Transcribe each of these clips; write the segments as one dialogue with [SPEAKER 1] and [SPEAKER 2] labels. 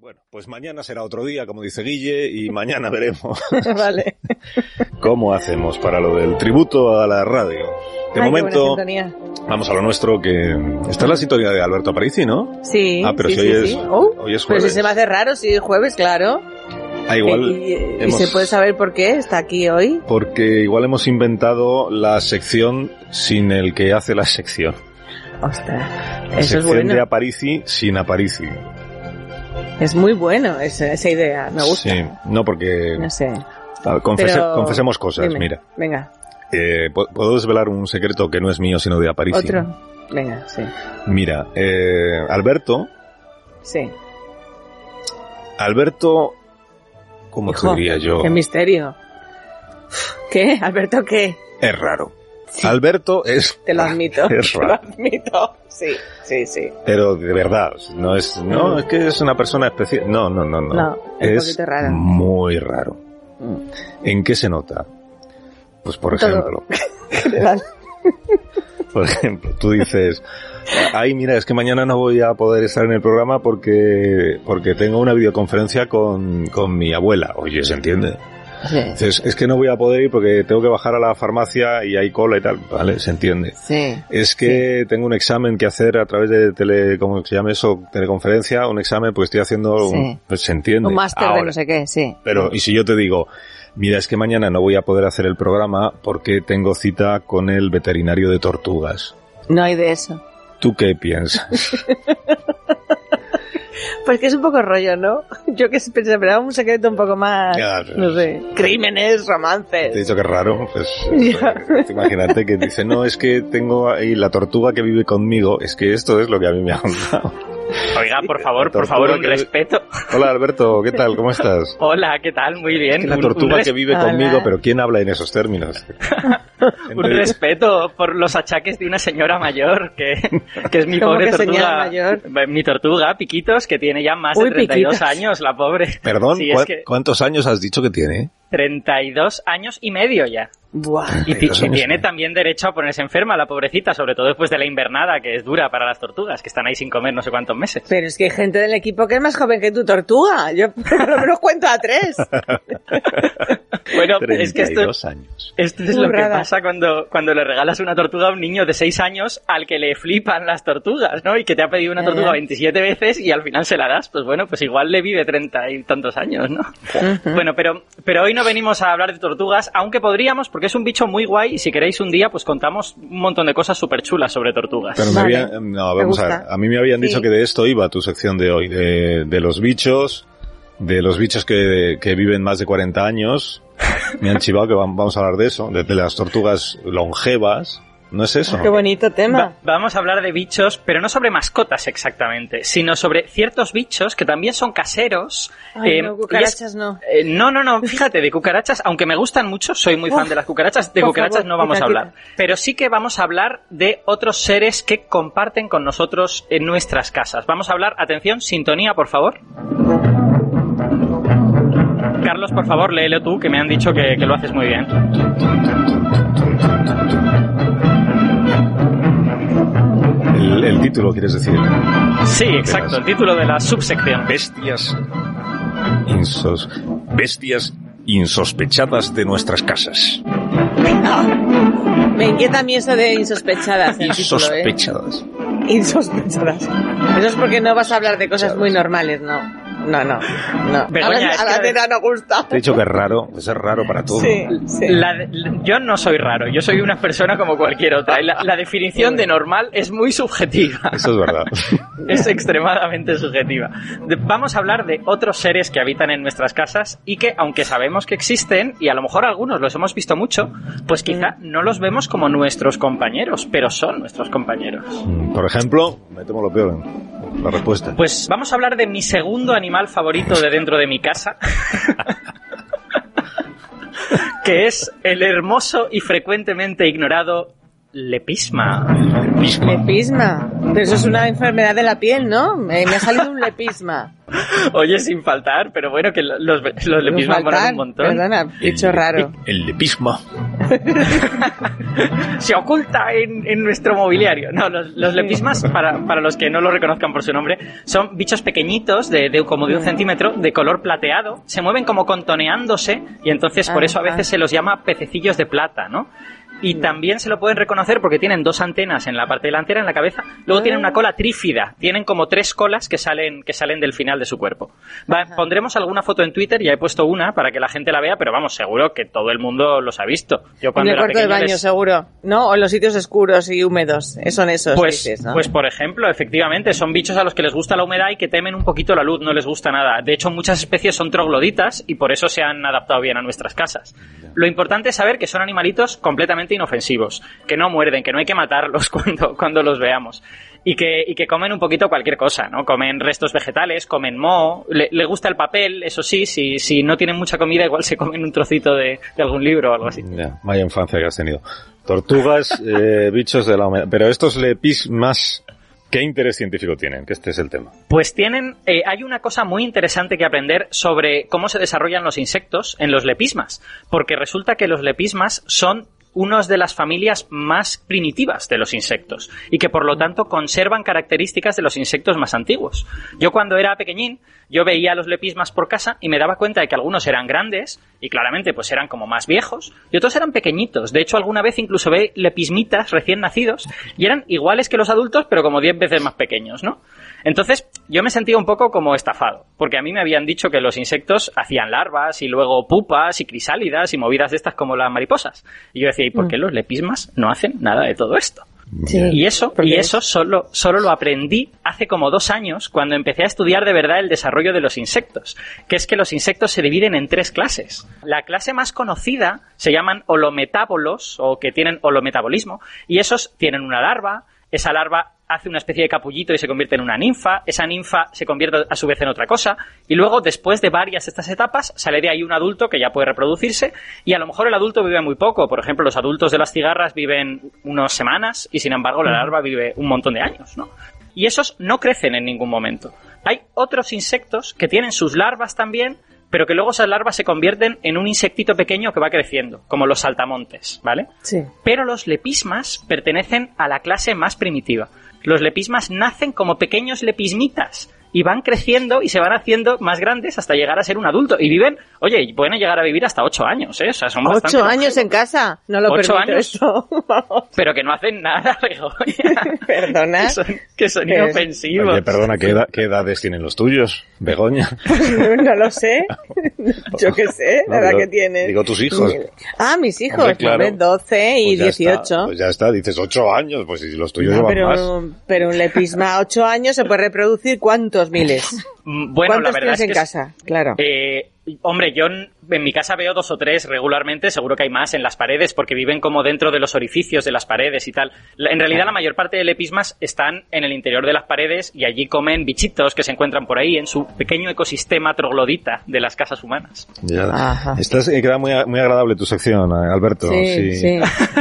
[SPEAKER 1] Bueno, pues mañana será otro día, como dice Guille, y mañana veremos
[SPEAKER 2] vale.
[SPEAKER 1] cómo hacemos para lo del tributo a la radio. De
[SPEAKER 2] Ay, qué buena
[SPEAKER 1] momento,
[SPEAKER 2] sintonía.
[SPEAKER 1] vamos a lo nuestro, que esta es la sintonía de Alberto Aparici, ¿no?
[SPEAKER 2] Sí.
[SPEAKER 1] ah, pero
[SPEAKER 2] sí,
[SPEAKER 1] si hoy,
[SPEAKER 2] sí,
[SPEAKER 1] es,
[SPEAKER 2] sí. Oh,
[SPEAKER 1] hoy es
[SPEAKER 2] Pero
[SPEAKER 1] jueves.
[SPEAKER 2] si se me hace raro, si es jueves, claro.
[SPEAKER 1] Ah, igual
[SPEAKER 2] Y, y- y
[SPEAKER 1] hemos-
[SPEAKER 2] se puede saber por qué está aquí hoy.
[SPEAKER 1] Porque igual hemos inventado la sección sin el que hace la sección.
[SPEAKER 2] Ostras,
[SPEAKER 1] La
[SPEAKER 2] eso es
[SPEAKER 1] sección
[SPEAKER 2] bueno.
[SPEAKER 1] de Aparici sin Aparici.
[SPEAKER 2] Es muy bueno esa, esa idea, me gusta.
[SPEAKER 1] Sí, no, porque
[SPEAKER 2] No sé.
[SPEAKER 1] a ver, confese-
[SPEAKER 2] Pero-
[SPEAKER 1] confesemos cosas,
[SPEAKER 2] Dime.
[SPEAKER 1] mira.
[SPEAKER 2] Venga,
[SPEAKER 1] Eh, ¿pu- ¿Puedo desvelar un secreto que no es mío, sino de Aparici?
[SPEAKER 2] otro. Venga, sí.
[SPEAKER 1] Mira, eh, Alberto,
[SPEAKER 2] Sí. Alberto,
[SPEAKER 1] Alberto, ¿cómo te
[SPEAKER 2] Hijo,
[SPEAKER 1] diría yo?
[SPEAKER 2] Qué misterio. ¿Qué? ¿Alberto qué?
[SPEAKER 1] Es raro.
[SPEAKER 2] Sí.
[SPEAKER 1] Alberto es,
[SPEAKER 2] Te lo admito.
[SPEAKER 1] Es
[SPEAKER 2] te lo
[SPEAKER 1] Ah, raro.
[SPEAKER 2] admito. Sí, sí, sí.
[SPEAKER 1] pero de verdad, no es, no, es que es una persona especial. No, no, no, no.
[SPEAKER 2] Mm. No, es, un poquito raro.
[SPEAKER 1] muy raro.
[SPEAKER 2] Mm.
[SPEAKER 1] ¿En qué se nota? Pues por
[SPEAKER 2] Todo.
[SPEAKER 1] ejemplo, por ejemplo, tú dices, ay mira, es que mañana no voy a poder estar en el programa porque porque tengo una videoconferencia con, con mi abuela. Oye, se entiende.
[SPEAKER 2] Sí,
[SPEAKER 1] Dices, es que no voy a poder ir porque tengo que bajar a la farmacia y hay cola y tal. Vale, se entiende.
[SPEAKER 2] sí.
[SPEAKER 1] Es que tengo un examen que hacer a través de tele, ¿cómo se llama eso? Teleconferencia, un examen, porque estoy haciendo
[SPEAKER 2] Sí.
[SPEAKER 1] un, pues se entiende.
[SPEAKER 2] Un máster de
[SPEAKER 1] Ahora,
[SPEAKER 2] no sé qué, sí.
[SPEAKER 1] pero, y si yo te digo, mira, es que mañana no voy a poder hacer el programa porque tengo cita con el veterinario de tortugas.
[SPEAKER 2] No hay de eso.
[SPEAKER 1] ¿Tú qué piensas?
[SPEAKER 2] Pues que es un poco rollo, ¿no? Yo que esperaba un secreto un poco más,
[SPEAKER 1] Ya,
[SPEAKER 2] Ah, no sé, crímenes,
[SPEAKER 1] Te he
[SPEAKER 2] romances.
[SPEAKER 1] dicho que es raro, pues,
[SPEAKER 2] Ya.
[SPEAKER 1] eh, imagínate que dice, no, es que tengo ahí la tortuga que vive conmigo, es que esto es lo que a mí me ha contado.
[SPEAKER 3] Oiga, por favor, por
[SPEAKER 1] Tortuga
[SPEAKER 3] favor, un
[SPEAKER 1] que-
[SPEAKER 3] respeto.
[SPEAKER 1] Hola Alberto, ¿qué tal? ¿Cómo estás?
[SPEAKER 3] Hola, ¿qué tal? Muy bien.
[SPEAKER 1] Es que la
[SPEAKER 3] Un- un
[SPEAKER 1] tortuga
[SPEAKER 3] res-
[SPEAKER 1] que vive
[SPEAKER 2] Hola.
[SPEAKER 1] conmigo, pero ¿quién habla en esos términos?
[SPEAKER 3] Un respeto por los achaques de una señora mayor, que, que es mi
[SPEAKER 2] ¿Cómo
[SPEAKER 3] pobre
[SPEAKER 2] que señora
[SPEAKER 3] tortuga.
[SPEAKER 2] mayor?
[SPEAKER 3] Mi tortuga, Piquitos, que tiene ya más
[SPEAKER 2] Uy,
[SPEAKER 3] de 32
[SPEAKER 2] Piquitos.
[SPEAKER 3] años, la pobre.
[SPEAKER 1] Perdón,
[SPEAKER 3] Sí, es
[SPEAKER 1] ¿cuá-
[SPEAKER 3] que-
[SPEAKER 1] ¿cuántos años has dicho que tiene?
[SPEAKER 3] 32 años y medio ya.
[SPEAKER 2] Buah.
[SPEAKER 3] Y, ti-
[SPEAKER 1] 32
[SPEAKER 3] y
[SPEAKER 1] años,
[SPEAKER 3] tiene
[SPEAKER 1] ¿no?
[SPEAKER 3] también derecho a ponerse enferma, la pobrecita, sobre todo después de la invernada, que es dura para las tortugas, que están ahí sin comer no sé cuántos meses.
[SPEAKER 2] Pero es que hay gente del equipo que es más joven que tu tortuga. Yo por lo menos cuento a tres.
[SPEAKER 3] Bueno, es que esto,
[SPEAKER 1] 32 años.
[SPEAKER 3] Esto es lo que
[SPEAKER 2] Burrada.
[SPEAKER 3] pasa cuando, cuando le regalas una tortuga a un niño de 6 años al que le flipan las tortugas, ¿no? Y que te ha pedido una
[SPEAKER 2] Ya,
[SPEAKER 3] tortuga
[SPEAKER 2] ya.
[SPEAKER 3] 27 veces y al final se la das. Pues bueno, pues igual le vive 30 y tantos años, ¿no? Bueno, pero, pero hoy no venimos a hablar de tortugas, aunque podríamos, porque es un bicho muy guay y si queréis un día, pues contamos un montón de cosas súper chulas sobre tortugas.
[SPEAKER 1] Pero me
[SPEAKER 2] Vale.
[SPEAKER 1] habían, no, vamos a ver.
[SPEAKER 2] gusta.
[SPEAKER 1] A mí me habían
[SPEAKER 2] Sí.
[SPEAKER 1] dicho que de esto iba tu sección de hoy, de, de los bichos, de los bichos que, que viven más de 40 años. Me han chivado que vam- vamos a hablar de eso, de, de las tortugas longevas. ¿No es eso?
[SPEAKER 2] Ah, Qué bonito tema.
[SPEAKER 3] Va- vamos a hablar de bichos, pero no sobre mascotas exactamente, sino sobre ciertos bichos que también son caseros.
[SPEAKER 2] Ay,
[SPEAKER 3] eh,
[SPEAKER 2] no,
[SPEAKER 3] y es-
[SPEAKER 2] cucarachas no.
[SPEAKER 3] Eh, no, no, no, fíjate, de cucarachas, aunque me gustan mucho, soy muy fan
[SPEAKER 2] Uf,
[SPEAKER 3] de las cucarachas, de
[SPEAKER 2] por
[SPEAKER 3] cucarachas
[SPEAKER 2] favor,
[SPEAKER 3] no vamos a
[SPEAKER 2] cucarachita.
[SPEAKER 3] hablar. Pero sí que vamos a hablar de otros seres que comparten con nosotros en nuestras casas. Vamos a hablar, atención, sintonía, por favor. Carlos, por favor, léelo tú, que me han dicho que, que lo haces muy bien.
[SPEAKER 1] El, el título, quieres decir.
[SPEAKER 3] Sí, exacto, el título de la subsección.
[SPEAKER 1] Bestias. Insos, bestias insospechadas de nuestras casas.
[SPEAKER 2] Me inquieta a mí eso de insospechadas. El título, ¿eh?
[SPEAKER 1] Insospechadas.
[SPEAKER 2] Insospechadas. Eso es porque no vas a hablar de cosas muy normales, no. No, no, no.
[SPEAKER 3] Begoña,
[SPEAKER 2] Ahora
[SPEAKER 3] es que-
[SPEAKER 2] a la tela no gusta.
[SPEAKER 1] Te he dicho que es raro, pues es raro para todo.
[SPEAKER 2] Sí, sí.
[SPEAKER 3] La de- l- yo no soy raro, yo soy una persona como cualquier otra. y La, la definición de normal es muy subjetiva.
[SPEAKER 1] Eso es verdad.
[SPEAKER 3] es extremadamente subjetiva. De- Vamos a hablar de otros seres que habitan en nuestras casas y que, aunque sabemos que existen, y a lo mejor algunos los hemos visto mucho, pues quizá no los vemos como nuestros compañeros, pero son nuestros compañeros.
[SPEAKER 1] Mm, Por ejemplo, me temo lo peor. La respuesta.
[SPEAKER 3] Pues vamos a hablar de mi segundo animal animal favorito de dentro de mi casa, que es el hermoso y frecuentemente ignorado lepisma.
[SPEAKER 2] Lepisma. Pero eso es una enfermedad de la piel, ¿no? Eh, Me, me ha salido un lepisma.
[SPEAKER 3] Oye, sin faltar, pero bueno, que los, los lepismas
[SPEAKER 2] Faltar,
[SPEAKER 3] molan un montón.
[SPEAKER 2] Perdona, bicho raro.
[SPEAKER 1] El lepisma.
[SPEAKER 3] se oculta en, en nuestro mobiliario. No, los, los lepismas, para, para los que no lo reconozcan por su nombre, son bichos pequeñitos, de, de como de un centímetro, de color plateado, se mueven como contoneándose y entonces por
[SPEAKER 2] Ah,
[SPEAKER 3] eso a veces
[SPEAKER 2] ah.
[SPEAKER 3] se los llama pececillos de plata, ¿no? Y también se lo pueden reconocer porque tienen dos antenas en la parte delantera, en la cabeza. Luego tienen
[SPEAKER 2] Ah.
[SPEAKER 3] una cola trífida. Tienen como tres colas que salen, que salen del final de su cuerpo. Va, pondremos alguna foto en Twitter, ya he puesto una para que la gente la vea, pero vamos, seguro que todo el mundo los ha visto. Yo
[SPEAKER 2] En
[SPEAKER 3] cuando
[SPEAKER 2] el
[SPEAKER 3] era
[SPEAKER 2] cuarto de
[SPEAKER 3] pequeño
[SPEAKER 2] baño,
[SPEAKER 3] les-
[SPEAKER 2] seguro. ¿No? O en los sitios oscuros y húmedos. Eh, Son esos,
[SPEAKER 3] pues,
[SPEAKER 2] dices, ¿no?
[SPEAKER 3] pues por ejemplo, efectivamente, son bichos a los que les gusta la humedad y que temen un poquito la luz, no les gusta nada. De hecho, muchas especies son trogloditas y por eso se han adaptado bien a nuestras casas. Lo importante es saber que son animalitos completamente inofensivos, que no muerden, que no hay que matarlos cuando, cuando los veamos. Y que, y que comen un poquito cualquier cosa, ¿no? Comen restos vegetales, comen moho, le, le gusta el papel, eso sí, si, si no tienen mucha comida igual se comen un trocito de, de algún libro o algo así.
[SPEAKER 1] Ya, vaya infancia que has tenido. Tortugas, eh, bichos de la humedad. Pero estos lepismas, ¿qué interés científico tienen? Que este es el tema.
[SPEAKER 3] Pues tienen, eh, hay una cosa muy interesante que aprender sobre cómo se desarrollan los insectos en los lepismas, porque resulta que los lepismas son unas de las familias más primitivas de los insectos y que por lo tanto conservan características de los insectos más antiguos. Yo cuando era pequeñín, yo veía los lepismas por casa y me daba cuenta de que algunos eran grandes y claramente pues eran como más viejos y otros eran pequeñitos. De hecho alguna vez incluso ve lepismitas recién nacidos y eran iguales que los adultos pero como 10 veces más pequeños, ¿no? Entonces, yo me sentía un poco como estafado, porque a mí me habían dicho que los insectos hacían larvas y luego pupas y crisálidas y movidas de estas como las mariposas. Y yo decía, ¿y por qué los lepismas no hacen nada de todo esto?
[SPEAKER 2] Sí.
[SPEAKER 3] Y eso,
[SPEAKER 2] Porque
[SPEAKER 3] y
[SPEAKER 2] es-
[SPEAKER 3] eso solo, solo lo aprendí hace como dos años cuando empecé a estudiar de verdad el desarrollo de los insectos, que es que los insectos se dividen en tres clases. La clase más conocida se llaman holometábolos o que tienen holometabolismo y esos tienen una larva, esa larva hace una especie de capullito y se convierte en una ninfa, esa ninfa se convierte a su vez en otra cosa y luego después de varias de estas etapas sale de ahí un adulto que ya puede reproducirse y a lo mejor el adulto vive muy poco, por ejemplo los adultos de las cigarras viven unas semanas y sin embargo la larva vive un montón de años, ¿no? Y esos no crecen en ningún momento. Hay otros insectos que tienen sus larvas también, pero que luego esas larvas se convierten en un insectito pequeño que va creciendo, como los saltamontes, ¿vale?
[SPEAKER 2] Sí.
[SPEAKER 3] pero los lepismas pertenecen a la clase más primitiva. Los lepismas nacen como pequeños lepismitas y van creciendo y se van haciendo más grandes hasta llegar a ser un adulto. Y viven, oye, y pueden llegar a vivir hasta ocho años, ¿eh? O sea, son bastante
[SPEAKER 2] Ocho años en casa. No lo
[SPEAKER 3] Ocho
[SPEAKER 2] permito
[SPEAKER 3] años.
[SPEAKER 2] esto. Vamos.
[SPEAKER 3] Pero que no hacen nada, Begoña.
[SPEAKER 2] Perdona.
[SPEAKER 3] Que son, que son
[SPEAKER 2] Pero-
[SPEAKER 3] inofensivos.
[SPEAKER 1] Oye, perdona, ¿qué, edad- qué edades tienen los tuyos, Begoña?
[SPEAKER 2] no lo sé. Yo qué sé,
[SPEAKER 1] No,
[SPEAKER 2] la edad
[SPEAKER 1] digo-
[SPEAKER 2] que tienes.
[SPEAKER 1] digo tus hijos.
[SPEAKER 2] Ah, mis hijos.
[SPEAKER 1] Hombre, claro.
[SPEAKER 2] hombre, 12 y
[SPEAKER 1] Pues ya está,
[SPEAKER 2] 18.
[SPEAKER 1] pues ya está, dices ocho años, pues si los tuyos
[SPEAKER 2] No,
[SPEAKER 1] llevan más.
[SPEAKER 2] Ah, pero, pero un lepisma a 8 años se puede reproducir cuántos miles.
[SPEAKER 3] Mm, Bueno, la
[SPEAKER 2] ¿Cuántos
[SPEAKER 3] verdad
[SPEAKER 2] tienes
[SPEAKER 3] es
[SPEAKER 2] en
[SPEAKER 3] que es-
[SPEAKER 2] casa? Claro.
[SPEAKER 3] Eh, hombre, yo en en mi casa veo dos o tres regularmente, seguro que hay más en las paredes porque viven como dentro de los orificios de las paredes y tal. La- En realidad la mayor parte de lepismas están en el interior de las paredes y allí comen bichitos que se encuentran por ahí en su pequeño ecosistema troglodita de las casas humanas.
[SPEAKER 1] Ya.
[SPEAKER 2] Ajá.
[SPEAKER 1] Estás, eh, queda muy, a- muy agradable tu sección, eh, Alberto.
[SPEAKER 2] sí, sí.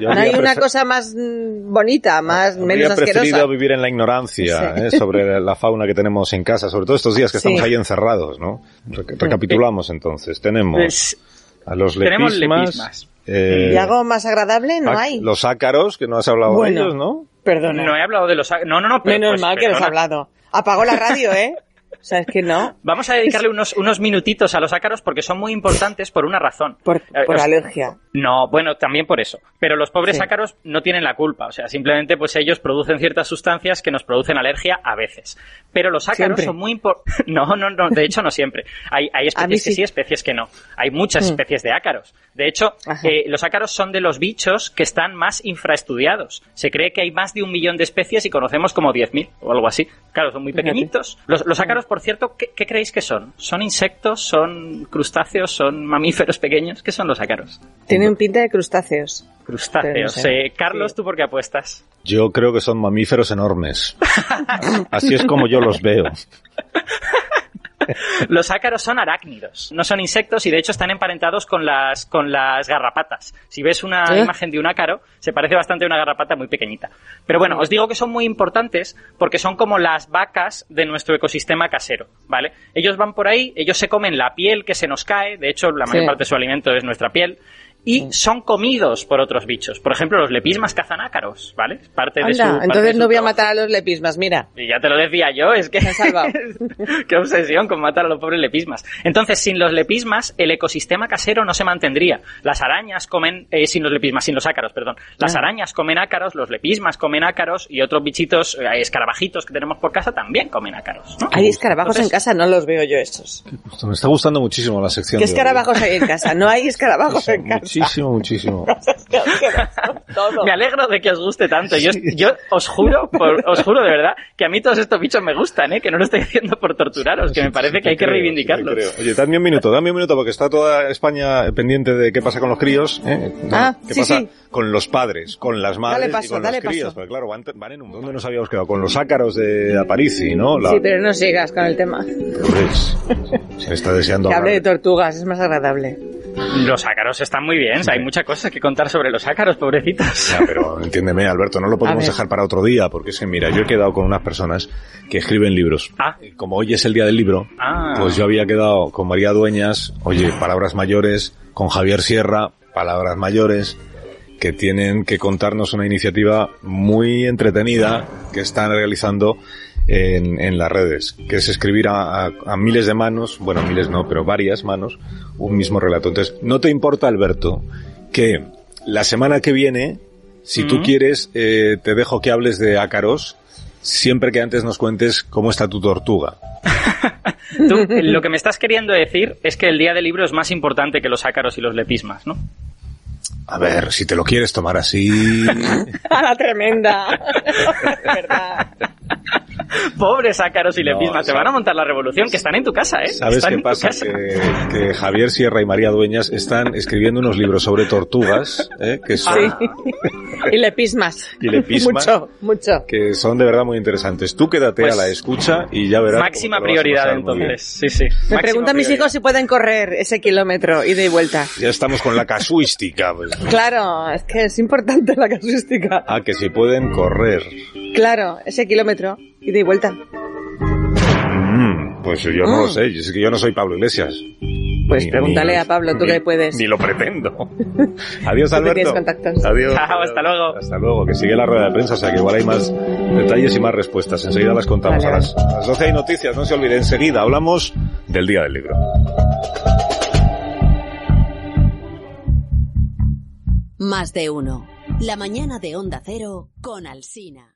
[SPEAKER 1] Yo
[SPEAKER 2] No hay
[SPEAKER 1] habría
[SPEAKER 2] una
[SPEAKER 1] prefe-
[SPEAKER 2] cosa más mm, bonita, más menos
[SPEAKER 1] habría preferido
[SPEAKER 2] asquerosa.
[SPEAKER 1] vivir en la ignorancia
[SPEAKER 2] Sí.
[SPEAKER 1] eh, sobre la fauna que tenemos en casa, sobre todo estos días que
[SPEAKER 2] Sí.
[SPEAKER 1] estamos ahí encerrados, ¿no? Re- recapitulamos entonces. Tenemos
[SPEAKER 3] Es-
[SPEAKER 1] a los
[SPEAKER 3] tenemos
[SPEAKER 1] lepismas.
[SPEAKER 3] lepismas.
[SPEAKER 1] eh,
[SPEAKER 2] Pues, Y algo más agradable no
[SPEAKER 1] ac-
[SPEAKER 2] hay.
[SPEAKER 1] Los ácaros, que no has hablado
[SPEAKER 2] Bueno.
[SPEAKER 1] de ellos, ¿no?
[SPEAKER 2] Perdona.
[SPEAKER 3] no he hablado de los... No, no, no. pero,
[SPEAKER 2] menos
[SPEAKER 3] pues,
[SPEAKER 2] mal que nos has
[SPEAKER 3] perdona.
[SPEAKER 2] hablado. Apagó la radio, ¿eh? O sea, es que no.
[SPEAKER 3] Vamos a dedicarle unos, unos minutitos a los ácaros porque son muy importantes por una razón.
[SPEAKER 2] Por,
[SPEAKER 3] Eh,
[SPEAKER 2] por
[SPEAKER 3] os-
[SPEAKER 2] alergia.
[SPEAKER 3] No, bueno, también por eso. Pero los pobres
[SPEAKER 2] Sí.
[SPEAKER 3] ácaros no tienen la culpa. O sea, simplemente pues ellos producen ciertas sustancias que nos producen alergia a veces. Pero los ácaros
[SPEAKER 2] Siempre.
[SPEAKER 3] son muy importantes. No, no, no. De hecho, no siempre. Hay, hay
[SPEAKER 2] A mí
[SPEAKER 3] especies que
[SPEAKER 2] sí.
[SPEAKER 3] sí, especies que no. Hay muchas
[SPEAKER 2] Mm.
[SPEAKER 3] especies de ácaros. De hecho,
[SPEAKER 2] Ajá.
[SPEAKER 3] eh, los ácaros son de los bichos que están más infraestudiados. Se cree que hay más de un millón de especies y conocemos como 10.000 o algo así. Claro, son muy
[SPEAKER 2] Fíjate. Mm.
[SPEAKER 3] pequeñitos. Los, los ácaros, por cierto, ¿qué, ¿qué creéis que son? ¿Son insectos? ¿Son crustáceos? ¿Son mamíferos pequeños? ¿Qué son los ácaros?
[SPEAKER 2] Tienen pinta de crustáceos. Pero no
[SPEAKER 3] Crustáceos.
[SPEAKER 2] sé.
[SPEAKER 3] Eh, Carlos, ¿tú por qué apuestas?
[SPEAKER 1] Yo creo que son mamíferos enormes. Así es como yo los veo.
[SPEAKER 3] Los ácaros son arácnidos, no son insectos y de hecho están emparentados con las, con las garrapatas. Si ves una
[SPEAKER 2] ¿Eh?
[SPEAKER 3] imagen de un ácaro, se parece bastante a una garrapata muy pequeñita. Pero bueno, os digo que son muy importantes porque son como las vacas de nuestro ecosistema casero, ¿vale? Ellos van por ahí, ellos se comen la piel que se nos cae, de hecho la mayor
[SPEAKER 2] Sí.
[SPEAKER 3] parte de su alimento es nuestra piel. Y son comidos por otros bichos. Por ejemplo, los lepismas cazan ácaros, ¿vale? Es Parte de su,
[SPEAKER 2] Anda,
[SPEAKER 3] parte de
[SPEAKER 2] entonces
[SPEAKER 3] su
[SPEAKER 2] no voy a
[SPEAKER 3] trabajo.
[SPEAKER 2] matar a los lepismas, mira.
[SPEAKER 3] Y ya te lo decía yo, es que...
[SPEAKER 2] Me has salvado.
[SPEAKER 3] Qué obsesión con matar a los pobres lepismas. Entonces, sin los lepismas, el ecosistema casero no se mantendría. Las arañas comen, eh, sin los lepismas, sin los ácaros, perdón. Las
[SPEAKER 2] Ah.
[SPEAKER 3] arañas comen ácaros, los lepismas comen ácaros y otros bichitos, eh, escarabajitos que tenemos por casa también comen ácaros. ¿no?
[SPEAKER 2] Hay escarabajos
[SPEAKER 3] Entonces-
[SPEAKER 2] en casa, no los veo yo estos.
[SPEAKER 1] Esto Me está gustando muchísimo la sección.
[SPEAKER 2] ¿Qué
[SPEAKER 1] de hoy.
[SPEAKER 2] escarabajos hay en casa? No hay escarabajos
[SPEAKER 1] Eso,
[SPEAKER 2] en casa.
[SPEAKER 1] Muchísimo, muchísimo.
[SPEAKER 2] Todo.
[SPEAKER 3] Me alegro de que os guste tanto. Yo, yo os juro, por- os juro de verdad, que a mí todos estos bichos me gustan, ¿eh? que no lo estoy diciendo por torturaros, que me parece que hay que
[SPEAKER 1] Creo,
[SPEAKER 3] reivindicarlos.
[SPEAKER 1] creo. Oye, dame un minuto, dame un minuto, porque está toda España pendiente de qué pasa con los críos. ¿eh? No,
[SPEAKER 2] Ah,
[SPEAKER 1] ¿Qué
[SPEAKER 2] sí,
[SPEAKER 1] pasa
[SPEAKER 2] sí.
[SPEAKER 1] con los padres, con las madres
[SPEAKER 2] Dale paso,
[SPEAKER 1] y con
[SPEAKER 2] dale
[SPEAKER 1] los críos?
[SPEAKER 2] paso.
[SPEAKER 1] Pero claro, van, van en un... ¿Dónde nos habíamos quedado? Con los ácaros de Aparici, ¿no? La-
[SPEAKER 2] Sí, pero no sigas con el tema.
[SPEAKER 1] Pues, se está deseando
[SPEAKER 2] Que hable de
[SPEAKER 1] hablar.
[SPEAKER 2] tortugas, es más agradable.
[SPEAKER 3] Los ácaros están muy bien, hay muchas cosas que contar sobre los ácaros, pobrecitos.
[SPEAKER 1] Ya, pero entiéndeme, Alberto, no lo podemos
[SPEAKER 2] A ver.
[SPEAKER 1] dejar para otro día, porque es que, mira, yo he quedado con unas personas que escriben libros.
[SPEAKER 3] Ah.
[SPEAKER 1] Y Como hoy es el día del libro,
[SPEAKER 3] Ah.
[SPEAKER 1] pues yo había quedado con María Dueñas, oye, palabras mayores, con Javier Sierra, palabras mayores, que tienen que contarnos una iniciativa muy entretenida que están realizando en, en las redes, que es escribir a, a- a miles de manos, bueno, miles no, pero varias manos, un mismo relato. Entonces, ¿no te importa, Alberto, que la semana que viene, si tú
[SPEAKER 3] Mm.
[SPEAKER 1] quieres, eh, te dejo que hables de ácaros, siempre que antes nos cuentes cómo está tu tortuga?
[SPEAKER 3] Tú, eh, lo que me estás queriendo decir es que el día del libro es más importante que los ácaros y los lepismas, ¿no?
[SPEAKER 1] A ver, si te lo quieres tomar así...
[SPEAKER 2] ¡A la Ah, tremenda! De verdad.
[SPEAKER 3] Pobres ácaros y
[SPEAKER 1] No,
[SPEAKER 3] lepismas, te
[SPEAKER 1] ¿sabes?
[SPEAKER 3] van a montar la revolución, que están en tu casa, ¿eh?
[SPEAKER 1] ¿Sabes
[SPEAKER 3] Están
[SPEAKER 1] qué
[SPEAKER 3] en tu
[SPEAKER 1] pasa?
[SPEAKER 3] casa.
[SPEAKER 1] Que, que Javier Sierra y María Dueñas están escribiendo unos libros sobre tortugas, ¿eh? que, son,
[SPEAKER 3] Ah,
[SPEAKER 2] Y lepismas.
[SPEAKER 1] Y lepismas.
[SPEAKER 2] Mucho, mucho.
[SPEAKER 1] que son de verdad muy interesantes. Tú quédate
[SPEAKER 3] Pues,
[SPEAKER 1] a la escucha y ya verás.
[SPEAKER 3] máxima
[SPEAKER 1] cómo te lo vas a
[SPEAKER 3] prioridad
[SPEAKER 1] pasar muy bien.
[SPEAKER 3] entonces, sí, sí.
[SPEAKER 2] Me
[SPEAKER 3] máxima
[SPEAKER 2] preguntan mis
[SPEAKER 3] prioridad.
[SPEAKER 2] hijos si pueden correr ese kilómetro, ida y vuelta.
[SPEAKER 1] Ya estamos con la casuística. pues.
[SPEAKER 2] Claro, es que es importante la casuística.
[SPEAKER 1] Ah, que si pueden correr.
[SPEAKER 2] Claro, ese kilómetro, ida y vuelta.
[SPEAKER 1] Mm, pues yo no lo
[SPEAKER 2] Mm.
[SPEAKER 1] sé, yo, sé que yo no soy Pablo Iglesias.
[SPEAKER 2] Pues
[SPEAKER 1] Ni-
[SPEAKER 2] pregúntale
[SPEAKER 1] ni-
[SPEAKER 2] a Pablo, tú
[SPEAKER 1] ni-
[SPEAKER 2] que puedes.
[SPEAKER 1] Ni lo pretendo. Adiós,
[SPEAKER 2] Tú que tienes
[SPEAKER 1] Alberto.
[SPEAKER 2] contactos.
[SPEAKER 1] Adiós.
[SPEAKER 3] Chao, hasta luego.
[SPEAKER 1] Hasta luego, que sigue la rueda de prensa, o sea que igual hay más detalles y más respuestas. Enseguida las contamos.
[SPEAKER 2] Vale,
[SPEAKER 1] A las, a las 12 hay noticias, no se olviden. Enseguida hablamos del Día del Libro.
[SPEAKER 4] Más de uno. La mañana de Onda Cero con Alsina.